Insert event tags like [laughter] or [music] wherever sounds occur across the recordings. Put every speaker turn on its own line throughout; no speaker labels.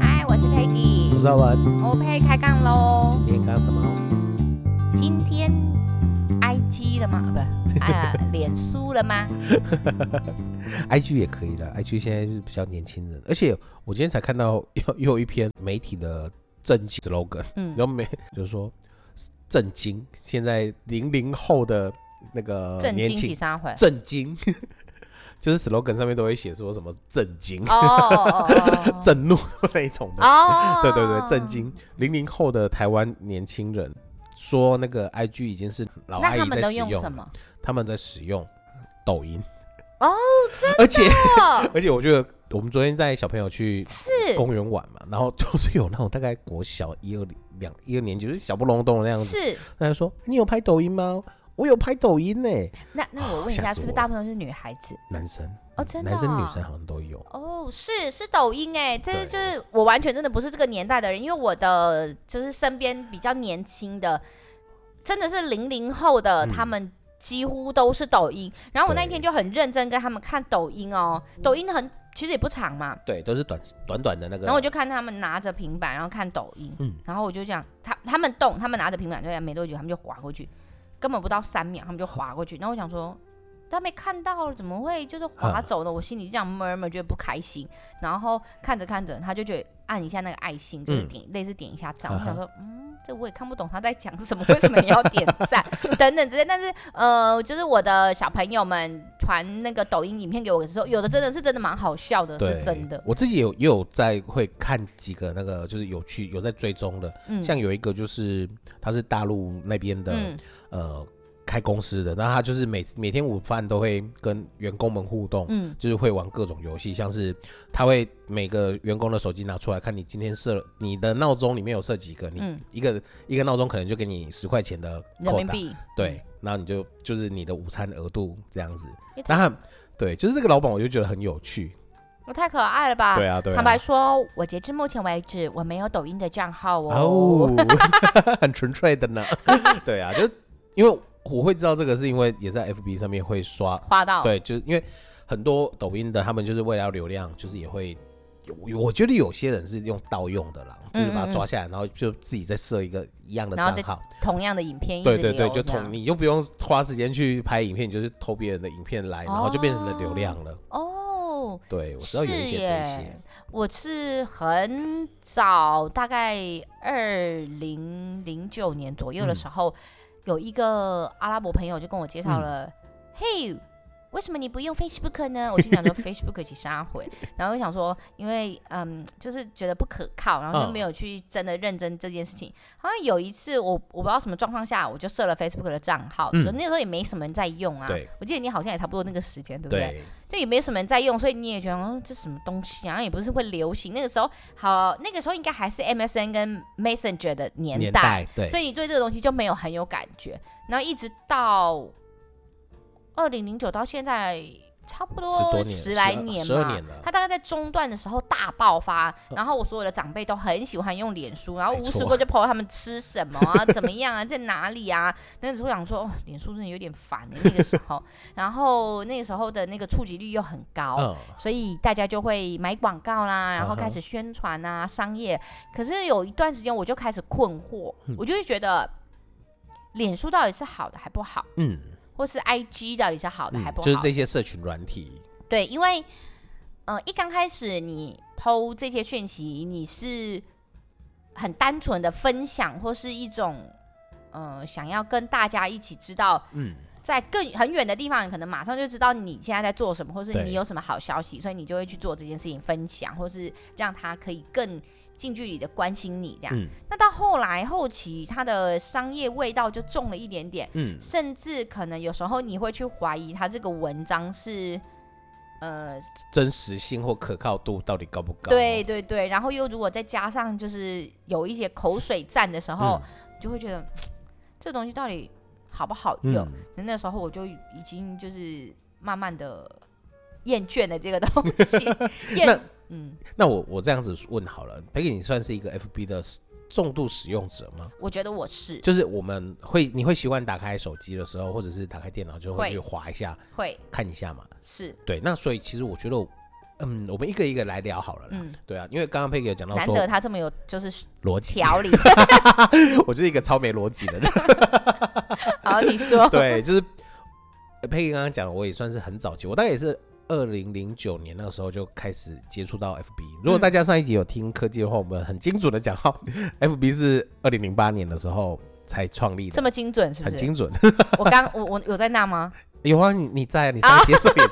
嗨，我是 Peggy，
不知道啊吧？
我配开杠喽。
今天干什么？
今天 IG 了吗？啊不，啊，脸书了吗？
IG 也可以的，IG 现在就是比较年轻人，而且我今天才看到 [laughs] 又又有一篇媒体的震惊 slogan，
嗯
然，后没就是说震惊，现在零零后的那个
震
哦年
惊起
轻
三回。
震惊， [laughs] 就是 slogan 上面都会写说什么震惊、
哦哦哦哦
震怒那一种的，
哦，
[laughs] 对对对，震。惊零零后的台湾年轻人说那个 IG 已经是老
那他
阿姨
们
在
都
使
用
用
什
了。
么？
他们在使用抖音
哦，
真的，而且 [laughs]
哦
而且我觉得我们昨天带小朋友去
是
公园玩嘛，然后就是有那种大概国小一二两一二年级，就是小不隆咚的那样子，
是。
他就说你有拍抖音吗？我有拍抖音呢、
那那我问一
啊吓
下，
死
是不是
我
大部分都是女孩子？
男生、
哦，真的。
男生女生。好像都有，
哦，是是抖音哎，这
对
就是我完全真的不是这个年代的人，因为我的就是身边比较年轻的，真的是零零后的，
嗯
他们几乎都是抖音。然后我那一
对
天就很认真跟他们看抖音哦，抖音很其实也不长嘛，
对，都是短短短的那个。
然后我就看他们拿着平板，然后看抖音，
嗯
然后我就这样，他他们动，他们拿着平板就在没多久，他们就划过去，根本不到三秒，他们就划过去。然后我想说，他没看到，怎么会就是划走呢？我心里这样 murmur 觉得不开心。然后看着看着，他就觉得按一下那个爱心，就是
嗯
点、类似点一下赞。
啊
我
哈
想说，嗯，这我也看不懂他在讲什么，为什么你要点赞 [laughs] 等等之类。但是呃，就是我的小朋友们传那个抖音影片给我的时候，有的真的是真的蛮好笑的，
对
是真的，
我自己有也有在会看几个那个就是有去有在追踪的，
嗯，
像有一个就是他是大陆那边的、
嗯
呃开公司的，那他就是每每天午饭都会跟员工们互动，
嗯。
就是会玩各种游戏，像是他会每个员工的手机拿出来看你今天设你的闹钟里面有设几个，你
嗯，
一个、一个闹钟可能就给你十块钱的
人
扣
民
打，
币，
对，然后你就就是你的午餐额度这样子
因为，他
然后他对，就是这个老板我就觉得很有趣，
我太可爱了吧？
对啊对啊
坦白说，我截至目前为止，我没有抖音的账号哦。 [laughs]
哦，很纯粹的呢。 [laughs] 对啊，就因为我会知道这个，是因为也在 FB 上面会刷，
花到，
对，就是因为很多抖音的他们就是为了要流量，就是也会。有我觉得有些人是用盗用的啦，就是
嗯嗯
把它
嗯
抓下来，然后就自己再设一个一样的
然后
账
再
号。
同样的影片一直
对对对，
流
就
这样
同你就不用花时间去拍影片，你就是偷别人的影片来，然后就变成了流量了。
哦。
对，我知道
是
有一些这些
耶，，我是很早，大概二零零九年左右的
嗯
时候，有一个阿拉伯朋友就跟我介
嗯
绍了，嘿。为什么你不用 Facebook 呢？我心想说 Facebook 其实阿回，然后我想说，因为嗯，就是觉得不可靠，然后就
嗯
没有去真的认真这件事情。好像有一次我我不知道什么状况下，我就设了 Facebook 的账号，
嗯
就那时候也没什么人在用啊。
对
我记得你好像也差不多那个时间，对不对？
对，
就也没什么人在用，所以你也觉得哦，这什么东西啊，好像也不是会流行。那个时候好，那个时候应该还是 MSN 跟 Messenger 的年代，
年代对
所以你对这个东西就没有很有感觉。然后一直到二零零九到现在，差不
十多
多
年
十来
12
年
12
吧。
年了
它大概在中段的时候大爆发，然后我所有的长辈都很喜欢用脸书，然后
嗯没
无
错
时无刻就 po 他们吃什么啊、怎么样
[laughs]
啊、在哪里啊。那时候想说，哦，脸书真的有点烦、欸、那个时候，然后那个时候的那个触及率又很高，
嗯，
所以大家就会买广告啦，然后
嗯哼
开始宣传啊、商业。可是有一段时间我就开始困惑，
嗯
我就会觉得，脸书到底是好的还不好，
嗯
或是 IG 到底是好的还
嗯
不，好？
就是这些社群软体，
对，因为呃，一刚开始你剖这些讯息，你是很单纯的分享，或是一种呃，想要跟大家一起知道
嗯，
在更很远的地方，你可能马上就知道你现在在做什么，或是
对
你有什么好消息，所以你就会去做这件事情分享，或是让他可以更近距离的关心你这样。
嗯
那到后来后期，它的商业味道就重了一点点，
嗯，
甚至可能有时候你会去怀疑他这个文章是。呃，
真实性或可靠度到底高不高？
对对对，然后又如果再加上就是有一些口水战的时候，
嗯
就会觉得嗯这东西到底好不好
嗯，
用？
嗯
那那时候我就已经就是慢慢的厌倦了这个东西，厌
[laughs] 那
嗯
那我我这样子问好了，培给你算是一个 FB 的重度使用者吗？
我觉得我是
就是我们会，你会习惯打开手机的时候，或者是打开电脑就会
会
去划一下、
会
看一下嘛。
是，
对，那所以其实我觉得我，嗯，我们一个一个来聊好了啦。
嗯，
对啊，因为刚刚佩哥有讲到
难
说
得他这么有就是
逻辑，
条理。
[laughs]
[laughs]
我就是一个超没逻辑的人。
好，你说，
[laughs] 对，就是呃佩哥刚刚讲，我也算是很早期，我大概也是二零零九年那个时候就开始接触到 FB。如
嗯
果大家上一集有听科技的话，我们很精准的讲到，FB 是二零零八年的时候才创立
这
的，
么精准是
很
不是？
精 [laughs] 准。
我刚我我有在那吗？
有啊，你你在啊，你上
哦
节时候也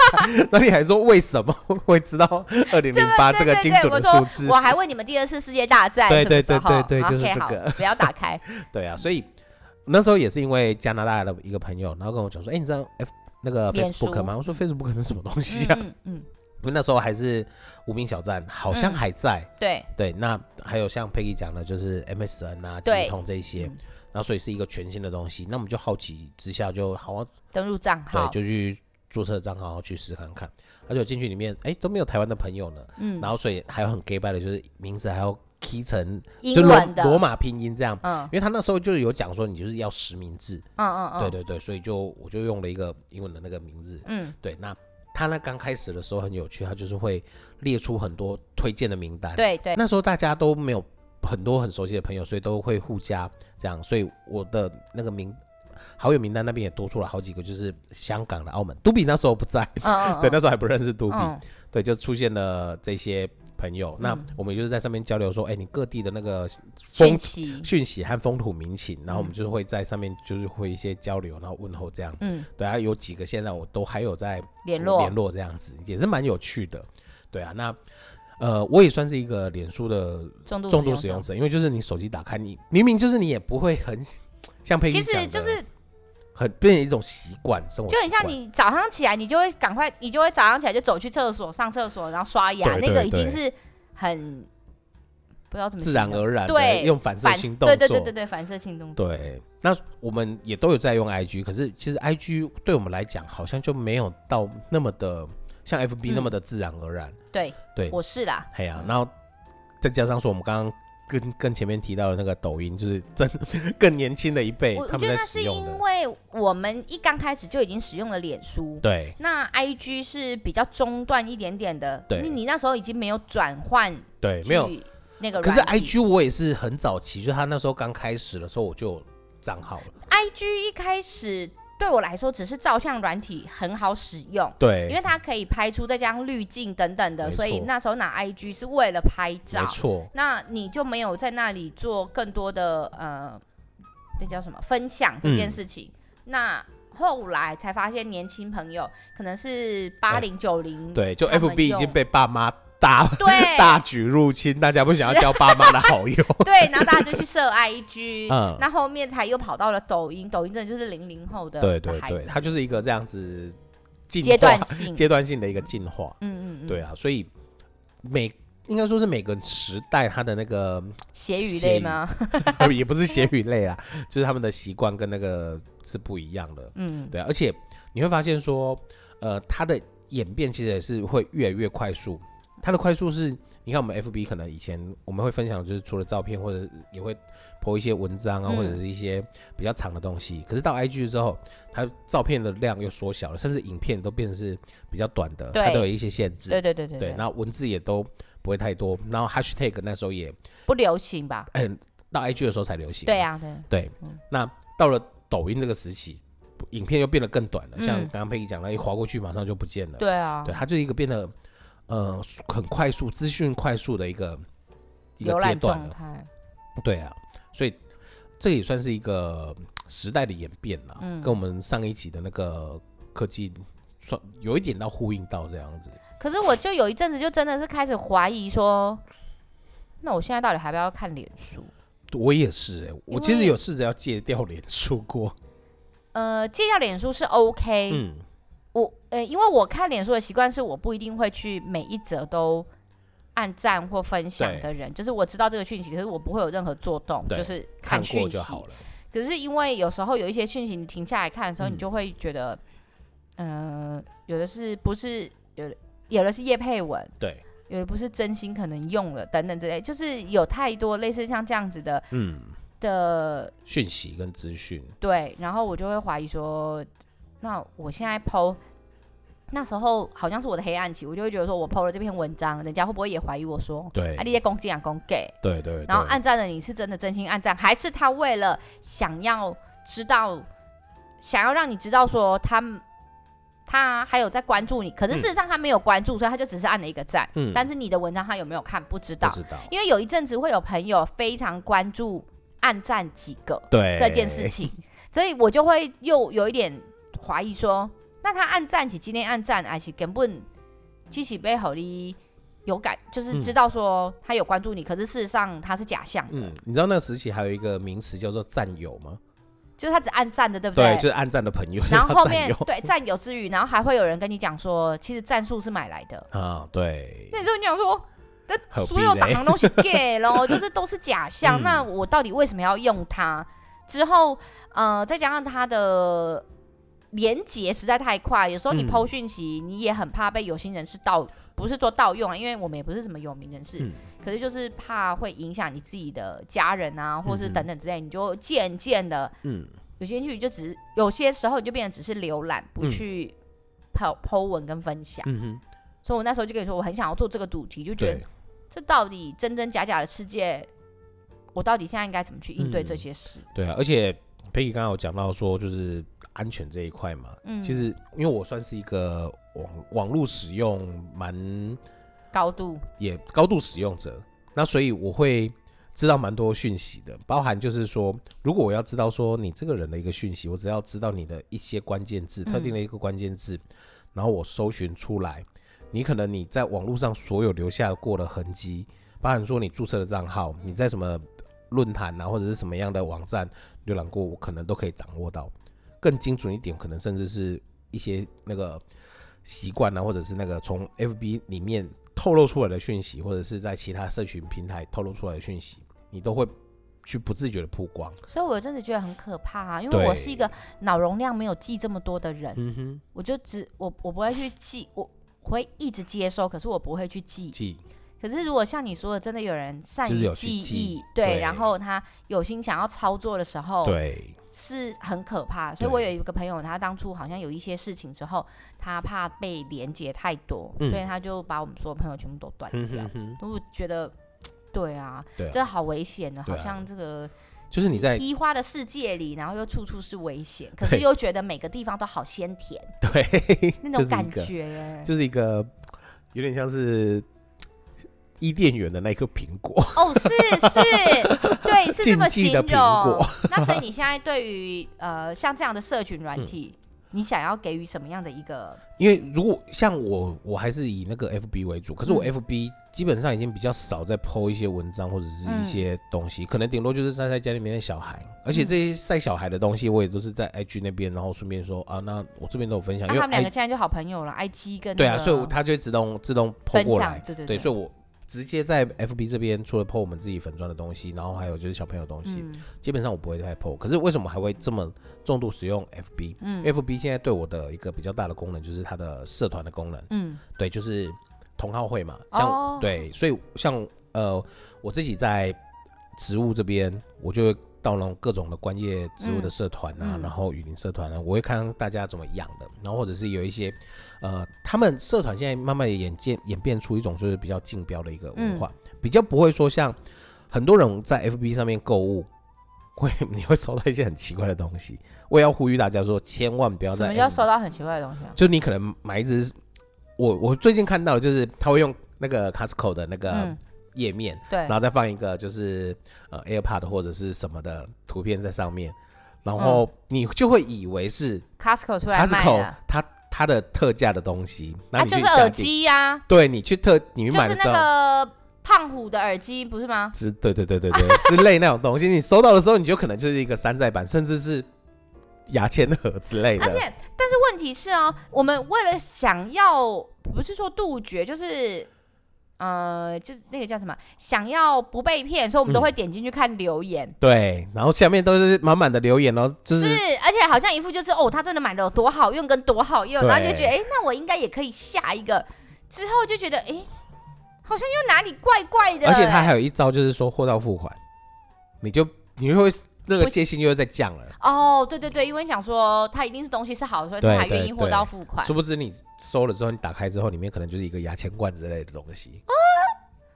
在， [laughs] 那、你还说为什么 [laughs] 会知道二零零八啊这个精准的数字
我？还问你们第二次世界大战
对
什么时
对对
候
对对就是
OK，
这
好
个，
不要打开。
对啊，所以那时候也是因为加拿大的一个朋友，然后跟我讲说，哎、你知道 F 那个
脸书
Facebook 吗？我说 Facebook [laughs] 是什么东西啊？
嗯嗯，
因为那时候还是无名小站，好像还在。
嗯对，
对，那还有像 Peggy 讲的，就是 MSN 啊、即
对
时通这一些，
嗯
然后所以是一个全新的东西。那我们就好奇之下就好啊，
登录账
对，
号，
就去注册账号去试看看。而且我进去里面，哎、都没有台湾的朋友呢。
嗯
然，后所以还有很 gay 拜的，就是名字还要 key 成
英
就罗
文的，
罗马拼音这样。
嗯，
因为他那时候就是有讲说你就是要实名制，
嗯嗯嗯，
对，对对，所以就我就用了一个英文的那个名字。
嗯，
对，那他那刚开始的时候很有趣，他就是会列出很多推荐的名单。，
对对，
那时候大家都没有很多很熟悉的朋友，所以都会互加这样，所以我的那个名好友名单那边也多出了好几个，就是香港的、澳门。杜比那时候不在，
嗯嗯，
对，
嗯
那时候还不认识杜比。
嗯
对，就出现了这些朋友。那
嗯
我们就是在上面交流说，哎、你各地的那个
讯
风
息，
讯息和风土民情，然后我们
嗯
就会在上面就是会一些交流，然后问候这样。
嗯，
对啊，有几个现在我都还有在
联络
联，络这样子，也是蛮有趣的。对啊，那呃，我也算是一个脸书的
重度
重度使用
者，
者，因为就是你手机打开，你明明就是你也不会很像佩
其
妮
实
讲的，
就是
很变成一种习惯，生活
就很
习
像
惯
你早上起来，你就会赶快，你就会早上起来就走去厕所上厕所，然后刷牙，那
对
个
对
已经
对
是很不知道怎么
自
形
然
容
而然的
对
用反射
反
性动
对
作，
对对对对反射性动作，
对，那我们也都有在用 IG，可是其实 IG 对我们来讲，好像就没有到那么的像 FB
嗯
那么的自然而然。
对
对
我是啦，
哎呀、然后再加上说我们刚刚跟跟前面提到的那个抖音，就是真更年轻的一辈
我我
他
觉
们
得
在
那
使
是
用
因
的，
为我们一刚开始就已经使用了脸书，
对
那 I G 是比较中断一点点的，
对
你你那时候已经没有转换
对，
去
没有。
那个
可
软
是
体，
I G 我也是很早期，就是他那时候刚开始的时候我就有账号了，
I G 一开始对我来说只是照相软体很好使用。因
对，
为它可以拍出再加上滤镜等等的，
没错
所以那时候拿 IG 是为了拍
没
照，
错，
那你就没有在那里做更多的呃，那叫什么分享这件事
嗯
情。那后来才发现，年轻朋友可能是八零九零，
哦对，就
嗯他们
F B 已经
用
被爸妈大
对
[laughs] 大举入侵，大家不想要交爸妈的
[laughs]
好友，
对，然后大家就去设 IG，
嗯
那后面才又跑到了抖音，抖音真的就是零零后的
对对
的孩
对，
子
它就是一个这样子进化
阶段性，
阶段性的一个进化，
嗯嗯嗯，
对，啊，所以每应该说是每个时代它的那个
血语
谐
类
语 [laughs]
吗？
也不是血语类啊， [laughs] 就是他们的习惯跟那个是不一样的，
嗯，
对啊、而且你会发现说，呃，它的演变其实也是会越来越快速，它的快速是。你看，我们 FB 可能以前我们会分享，就是除了照片，或者也会 po 一些文章啊，
嗯
或者是一些比较长的东西。可是到 IG 之后，它照片的量又缩小了，甚至影片都变成是比较短的，
对
它都有一些限制。
对对对对
对，那文字也都不会太多，然后 hashtag 那时候也
不流行吧？
嗯到 IG 的时候才流行。
对啊，对，
对，
嗯
那到了抖音这个时期，影片又变得更短了，
嗯
像刚刚佩奇讲的，一划过去马上就不见了。
对啊，
对，它就是一个变得呃很快速、资讯快速的一个一个
浏
阶
览
段
状
了。
态，
对啊，所以这也算是一个嗯时代的演变啦，
嗯
跟我们上一集的那个科技算有一点到呼应到这样子。
可是我就有一阵子就真的是开始怀疑说，那我现在到底还不要看脸书？
我也是、欸，我其实
为
有试着要戒掉脸书过，
呃，戒掉脸书是 OK，、
嗯，
我呃，因为我看脸书的习惯是我不一定会去每一则都按赞或分享
对
的人，就是我知道这个讯息，可是我不会有任何做动，
对
就是
看过
讯息
就。好了。
可是因为有时候有一些讯息，你停下来看的时候，
嗯
你就会觉得，嗯、呃，有的是不是有的，有的是叶佩文，
对，
有的不是真心可能用了等等之类，就是有太多类似像这样子的
嗯，
的
讯息跟资讯，
对，然后我就会怀疑说，那我现在剖。那时候好像是我的黑暗期，我就会觉得说，我剖了这篇文章，人家会不会也怀疑我说，
对
啊，你在攻击啊攻 gay？
对对，
然后
对
暗赞的你是真的真心暗赞，还是他为了想要知道，想要让你知道说他他还有在关注你，可是
嗯
事实上他没有关注，所以他就只是按了一个赞。
嗯，
但是你的文章他有没有看不知道，
不知道，
因为有一阵子会有朋友非常关注暗赞几个
对
这件事，情，所以我就会又有一点怀疑说，那他暗赞起今天暗赞，还是根本其实背后你有感，就是
嗯
知道说他有关注你，可是事实上他是假象的，
嗯，你知道那个时期还有一个名词叫做战友吗？
就是他只暗赞的，对不
对，就是暗战的朋友，
然后后
叫战
面
友 [laughs]
对占有之余，然后还会有人跟你讲说，其实战术是买来的。
[laughs] 啊，对，
那时候你想说，
何
那
必
所有
嘞
打行
[laughs]
东西 gay 咯，就是都是假象。
嗯
那我到底为什么要用它？之后，呃，再加上它的连接实在太快，有时候你
嗯
抛讯息，你也很怕被有心人士盗，不是说盗用啊，因为我们也不是什么有名人士，
嗯
可是就是怕会影响你自己的家人啊，或是
嗯嗯
等等之类，你就渐渐的
嗯，
有些兴趣就只是有些时候你就变成只是浏览，不
嗯
去抛抛文跟分享。
嗯哼，
所以我那时候就跟你说，我很想要做这个主题，就觉得
对，
这到底真真假假的世界，我到底现在应该怎么去应对这些事？
对啊，而且佩奇刚刚有讲到说，就是安全这一块嘛，
嗯，
其实因为我算是一个网网络使用蛮
高度，
也高度使用者，那所以我会知道蛮多讯息的，包含就是说，如果我要知道说你这个人的一个讯息，我只要知道你的一些关键字，
嗯
特定的一个关键字，然后我搜寻出来，你可能你在网络上所有留下过的痕迹，包含说你注册的账号，你在什么论坛啊或者是什么样的网站浏览过，我可能都可以掌握到。更精准一点，可能甚至是一些那个习惯啊，或者是那个从 FB 里面透露出来的讯息，或者是在其他社群平台透露出来的讯息，你都会去不自觉的曝光。
所以我真的觉得很可怕啊，因为
对
我是一个脑容量没有记这么多的人，
嗯哼，
我就只我我不会去记，我我会一直接收，可是我不会去记。
记
可是如果像你说的，真的有人善
就是
于
有去
记忆，
记
对，
对
然后他有心想要操作的时
哦
候，
对，
是很可怕。所以
对
我有一个朋友，他当初好像有一些事情之后，他怕被连接太多，
嗯
所以他就把我们所有朋友全部都断
嗯
掉
哼。哼，
我觉得，对啊，
对啊
这好危险呢、
对
好
啊
像这个
就是你在
批花的世界里，然后又处处是危险，可是
[laughs] 对
又觉得每个地方都好鲜甜，
对，
那
[laughs] 就
种
是
感
一个
觉耶。
就是一个有点像是伊甸园的那颗苹果，
哦，是是，
[laughs]
对，是这么
禁
形
忌的
容。
苹果
[laughs] 那所以你现在对于呃像这样的社群
嗯
软体，你想要给予什么样的一个？
因为如果像我，我还是以那个 FB 为主，可是我
嗯
FB 基本上已经比较少在 PO 一些文章或者是一
嗯
些东西，可能顶多就是晒晒家里面的小孩，而且这些晒小孩的东西我也都是在 IG 那边，然后顺便说啊，那我这边都有分享，
那、
因为
啊他们两
I,
个现在就好朋友了，IG 跟、那
对啊，
个
所以它就会自动自动 PO
分
过
享
来，，
对对
对，所以我直接在 FB 这边除了 PO 我们自己粉砖的东西，然后还有就是小朋友的东西，
嗯
基本上我不会太 PO，可是为什么还会这么重度使用 FB？
嗯
f b 现在对我的一个比较大的功能就是它的社团的功能，
嗯
对，就是同好会嘛，像、
哦
对，所以像呃我自己在植物这边，我就会到那种各种的观叶植物的
嗯
社团啊，
嗯
然后雨林社团啊，我会看大家怎么养的，然后或者是有一些呃，他们社团现在慢慢的演变演变出一种就是比较竞标的一个
嗯
文化，比较不会说像很多人在 FB 上面购物。会， [laughs] 你会收到一些很奇怪的东西。我也要呼吁大家说，千万不要
什
在
么叫
FB
收到很奇怪的东西啊？
就你可能买一只，我我最近看到的就是他会用那个 Costco 的那个
嗯，
页面，
对
然，后再放一个就是呃 AirPod 或者是什么的图片在上面，然后你就会以为是
Costco 嗯出来卖啊
Costco
的，
它它的特价的东西，那
啊，
你去
就是
下
耳
定，
机呀、啊，
对你去特你去
就
买
是那
的时候。
个胖虎的耳机，不是吗？
之对对对对对 [laughs] 之类那种东西，你收到的时候，你就可能就是一个山寨版，甚至是牙签盒之类
而
的
且，。但是问题是哦，我们为了想要，不是说杜绝，就是。呃，就是那个叫什么，想要不被骗，所以我们都
嗯
会点进去看留言。
对，然后下面都是满满的留言，然后就是是，
而且好像一副就是哦，他真的买的有多好用跟多好用，
对
然后就觉得哎、诶那我应该也可以下一个。之后就觉得哎、诶好像又哪里怪怪的欸。
而且他还有一招就是说货到付款，你就你会那个
不
戒心又在降了，
哦，对对对，因为想说他一定是东西是好的，所以他
对
还愿意
对
货
对
到付款
殊。不知你收了之后，你打开之后里面可能就是一个牙签罐之类的东西。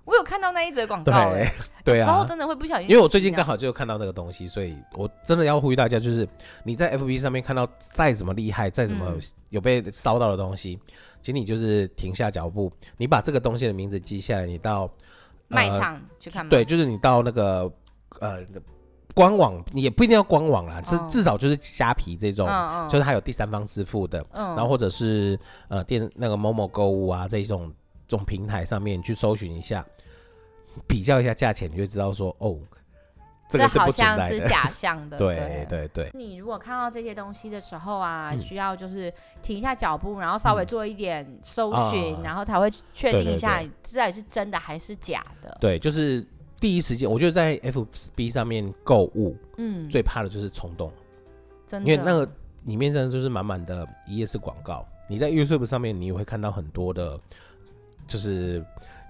我有看到那一则广告欸，
对
哦
[laughs] 对
有时候
啊，
真的会不小心。
因为我最近刚，好就有看到那个东西，所以我真的要呼吁大家，就是你在 FB 上面看到再怎么厉害、再怎么
嗯
有被烧到的东西，请你就是停下脚步，你把这个东西的名字记下来，你到
卖。
呃
场去看吗？
对，就是你到那个呃官网，你也不一定要官网啦，至、
哦
至少就是虾皮这种，
嗯嗯
就是它有第三方支付的，
嗯，
然后或者是呃电那个某某购物啊这种这种平台上面去搜寻一下，比较一下价钱，你就知道说哦，这个是
好
不存
像
在
是
的。
假象的。
[laughs] 对对对，
你如果看到这些东西的时候啊，
嗯
需要就是停一下脚步，然后稍微
嗯
做一点搜
啊
寻，然后才会确
对
定一
对
下
对
这到底是真的还是假的。
对，就是第一时间，我觉得在 FB 上面购物
嗯，
最怕的就是冲动，
真的，
因为那个里面真的就是满满的一页式广告。你在 YouTube 上面，你也会看到很多的，就是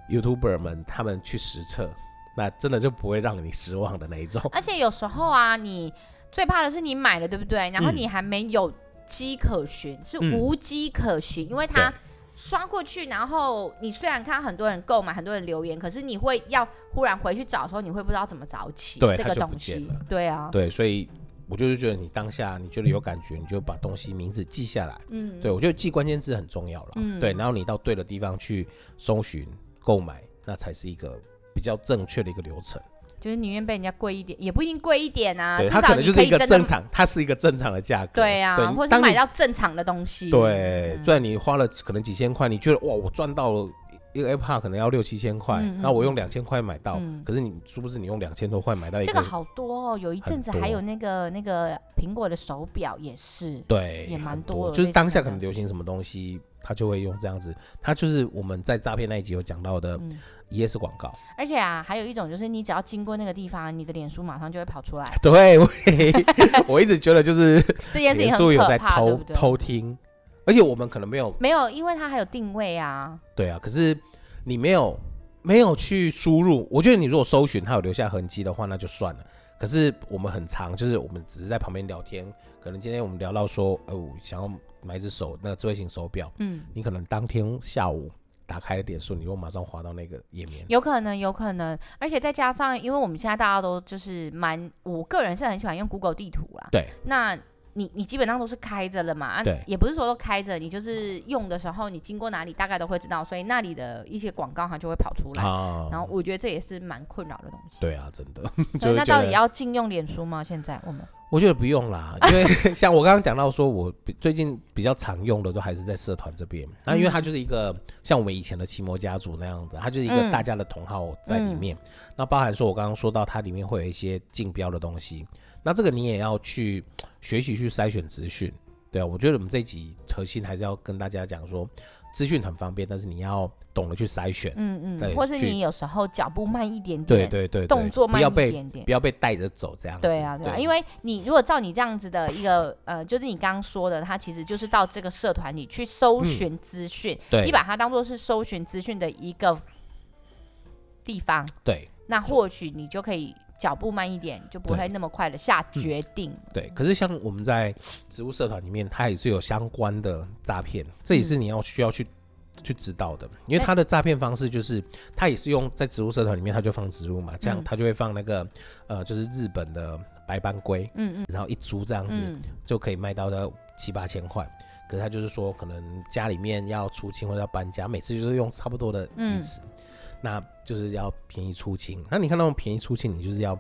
YouTuber 们他们去实测，那真的就不会让你失望的那
[laughs]
一种。
而且有时候啊，你最怕的是你买了，对不对？然后你还没有迹可循，是
嗯
无迹可循，因为它刷过去，然后你虽然看到很多人购买，很多人留言，可是你会要忽然回去找的时候，你会不知道怎么找起
对
这
它
个
就不
东
见
西
了。
对啊，
对，所以我就是觉得你当下你觉得有感觉，你就把东西名字记下来。
嗯，
对我觉得记关键字很重要了。
嗯
对，然后你到对的地方去搜寻购买，那才是一个比较正确的一个流程。
就是宁愿被人家贵一点，也不一定贵一点啊，
对，
至
它可
少
能
你
就
可
是一
以
个
真
正
的
常，它是一个正常的价格。
对啊，或者是
当你
买到正常的东西。
对
嗯，
虽然你花了可能几千块，你觉得哇，我赚到了。一个 AirPod 可能要六七千块，
嗯嗯
那我用两千块买到，
嗯
可是你殊不知你用两千多块买到一
这个好多哦，有一阵子
很多
还有那个那个苹果的手表也是，
对，
也蛮
很
多
多，
的
就是
类似
当
这
下
样
可能
子
流行什么东西，他就会用这样子。他就是我们在诈骗那一集有讲到的
嗯，
一页式广告。
而且啊，还有一种就是你只要经过那个地方，你的脸书马上就会跑出来，
对，我 [laughs] 我一直觉得就是
这件事情
脸书
很
有
可
在
怕，对
偷
不对？
偷听，而且我们可能没有
没有，因为它还有定位啊。
对啊，可是你没有没有去输入，我觉得你如果搜寻它有留下痕迹的话，那就算了。可是我们很长，就是我们只是在旁边聊天，可能今天我们聊到说，哦、我想要买一只手那个智慧型手表，
嗯，
你可能当天下午打开脸书，你又马上滑到那个页面。
有可能，有可能，而且再加上，因为我们现在大家都就是蛮，我个人是很喜欢用 Google 地图啦。
对。
那你你基本上都是开着了嘛？啊
对
也不是说都开着，你就是用的时候，你经过哪里大概都会知道，所以那里的一些广告它就会跑出来。
啊
然后我觉得这也是蛮困扰的东西。
对啊，真的，
所以
[laughs] 就
那
觉
到底
得
要禁用脸书吗？现在我们
我觉得不用啦，因为 [laughs] 像我刚刚讲到说，我比最近比较常用的都还是在社团这边。那
嗯
因为它就是一个像我们以前的奇摩家族那样子，它就是一
嗯
个大家的同好在里面。那包含说我刚刚说到它里面会有一些竞标的东西，那这个你也要去学习去筛选资讯。对啊，我觉得我们这集核心还是要跟大家讲说，资讯很方便，但是你要懂得去筛选。
嗯
再
嗯，或是
去
你有时候脚步慢一点点，
对对对对，
动作慢
不要
一
被
点点
不。要被带着走这样子。
对啊，对啊，因为你如果照你这样子的一个呃，就是你刚刚说的，它其实就是到这个社团里去搜寻资讯，
嗯对
你把它当做是搜寻资讯的一个地方，
对
那或许你就可以脚步慢一点，就不
对嗯
会那么快的下决定。
对，可是像我们在植物社团里面，它也是有相关的诈骗，这也是
嗯
你要需要去、去知道的，因为它的诈骗方式就是，它也是用在植物社团里面，它就放植物嘛，这样
嗯
它就会放那个呃，就是日本的白斑龟，
嗯嗯
然后一株这样子、
嗯，
就可以卖到到七八千块。可是他就是说，可能家里面要出清或者要搬家，每次就是用差不多的
嗯
意思，那就是要便宜出清。那你看那种便宜出清，你就是要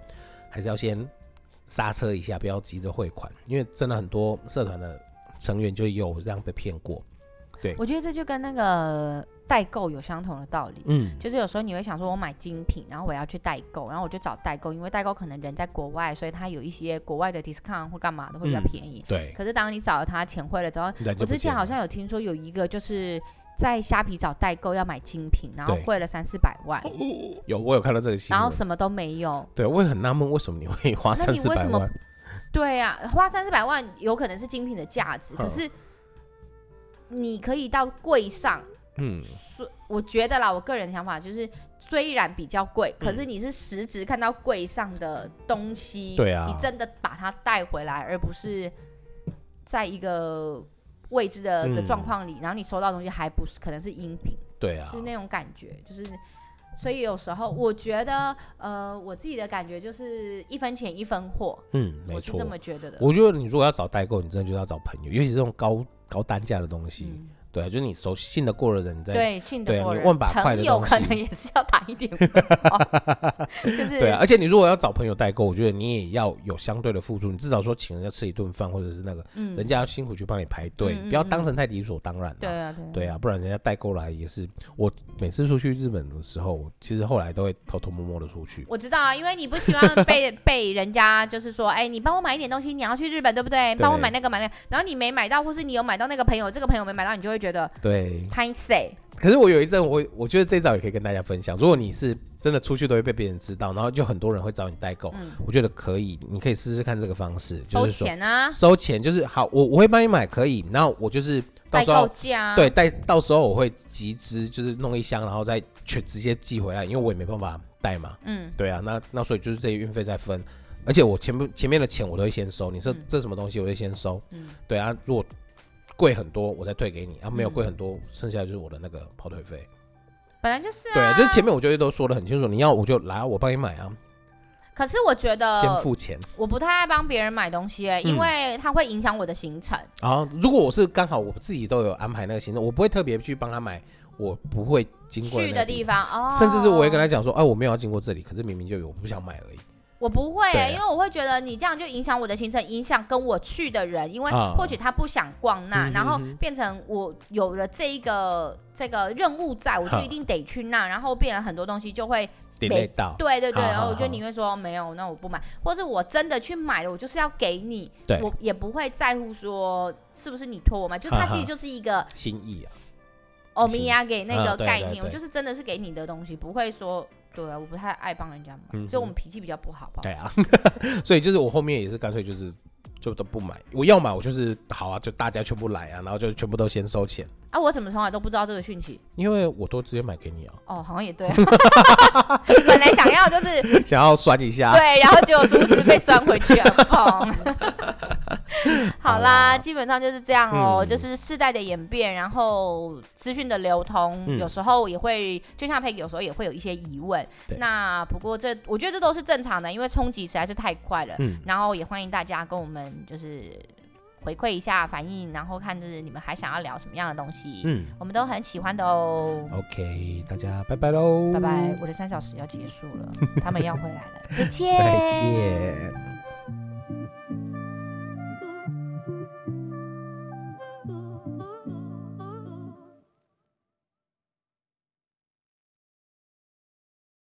还是要先刹车一下，不要急着汇款，因为真的很多社团的成员就有这样被骗过。
我觉得这就跟那个代购有相同的道理。
嗯，
就是有时候你会想说，我买精品，然后我要去代购，然后我就找代购，因为代购可能人在国外，所以他有一些国外的 discount 或干嘛的会比较
嗯
便宜。
对，
可是当你找了他钱汇了之后，
人就
我
不
之
见
前
了
好像有听说有一个就是在虾皮找代购要买精品，然后
对哦
汇了三四百万，
有我有看到这个新
然后
闻，
什么都没有。
对我也很纳闷，为什么你会花
那
三
你
四
为
百
什么
万？
对啊，花三四百万有可能是精品的价值，可
嗯
是你可以到柜上
嗯，
虽我觉得啦，我个人的想法就是，虽然比较贵，可是你是实质看到柜上的东西，
对啊
你真的把它带回来，而不是在一个未知的的
嗯
状况里，然后你收到的东西还不是可能是音频，
对啊
就是，那种感觉，就是。所以有时候我觉得，呃，我自己的感觉就是一分钱一分货，
嗯，没
我是
错
这。么觉得的。
我觉得你如果要找代购，你真的就是要找朋友，尤其是这种高高单价的东西，
嗯
对啊，就是你熟信得过的人，你再
对，信得
对啊
过
你
人，
万把块的
朋友
东
可
西
能也是要打一点分 [laughs] 哦，就是
对啊，而且你如果要找朋友代购，我觉得你也要有相对的付出，你至少说请人家吃一顿饭，或者是那个、
嗯
人家要辛苦去帮你排队，
嗯嗯
不要当成太理所当然
对
了。
啊，对啊，
对啊，不然人家代购来也是，我每次出去日本的时候，我其实后来都会偷偷摸摸的出去。
我知道啊，因为你不希望
[laughs]
被被人家就是说，哎、你帮我买一点东西，你要去日本，对不对？
对
帮我买那个买那个，然后你没买到，或是你有买到那个朋友，这个朋友没买到，你就会觉得
对，
拍谁？
可是我有一阵，我我觉得这招也可以跟大家分享。如果你是真的出去都会被别人知道，然后就很多人会找你代购，
嗯
我觉得可以，你可以试试看这个方式，就
收
是说
钱啊，
收钱，就是好，我我会帮你买，可以，然后我就是到
代
时候
购价啊，
对，带到时候我会集资，就是弄一箱，然后再全直接寄回来，因为我也没办法带嘛。
嗯，
对啊，那那所以就是这些运费再分，而且我前面前面的钱我都会先收，你说
嗯
这什么东西我会先收，
嗯
对啊，如果贵很多我再退给你，啊没有
嗯
贵很多，剩下就是我的那个跑腿费。
本来就是
对
啊，
啊，就是前面我就都说的很清楚，你要我就来啊，我帮你买啊，
可是我觉
先
得
付钱。
我不太爱帮别人买东西、哎，因
嗯
为它会影响我的行程。
然后啊如果我是刚好我自己都有安排那个行程，我不会特别去帮他买，我不会经嗯过
去
那个
的地方哦，
甚至是我也跟他讲说，哎、我没有要经过这里，可是明明就有，我不想买而已。
我不会、欸
对
因为我会觉得你这样就影响我的行程，影响跟我去的人，因为
啊
或许他不想逛那，
嗯
然后
嗯嗯
变成我有了这一个这个任务在，我就
啊
一定得去那，然后变成很多东西就会
点
没
累到，
对对对，
好好
然后我就
好
宁愿说没有，那我不买，或是我真的去买了，我就是要给你，
对
我也不会在乎说是不是你托我买，就
啊
它
哈
其实就是一个
心意啊，
欧米亚给那个
啊对
概
对
念，我
对
就是真的是给你的东西，不会说对啊，我不太爱帮人家买，
嗯
所以我
哼
们脾气比较不好吧。
对啊， [laughs] 所以就是我后面也是干脆就是就都不买，我要买我就是好啊，就大家全部来啊，然后就全部都先收钱，
啊，我怎么从来都不知道这个讯息？
因为我都直接买给你啊，
哦，好像也对， [laughs] 本来想要就是
想要酸一下，
对，然后结果殊不知被拴回去
[laughs]
了， [laughs] 砰！好
好
啦，
啦
基本上就是这样哦，
嗯
就是世代的演变，然后资讯的流通，
嗯
有时候也会，就像佩 e 有时候也会有一些疑问。
对
那不过这，我觉得这都是正常的，因为冲击实在是太快了。
嗯
然后也欢迎大家跟我们就是回馈一下反应，然后看就是你们还想要聊什么样的东西，
嗯
我们都很喜欢的哦。
，OK，大家拜拜喽，
拜拜，我的三小时要结束了，他们要回来了，再见，
再见。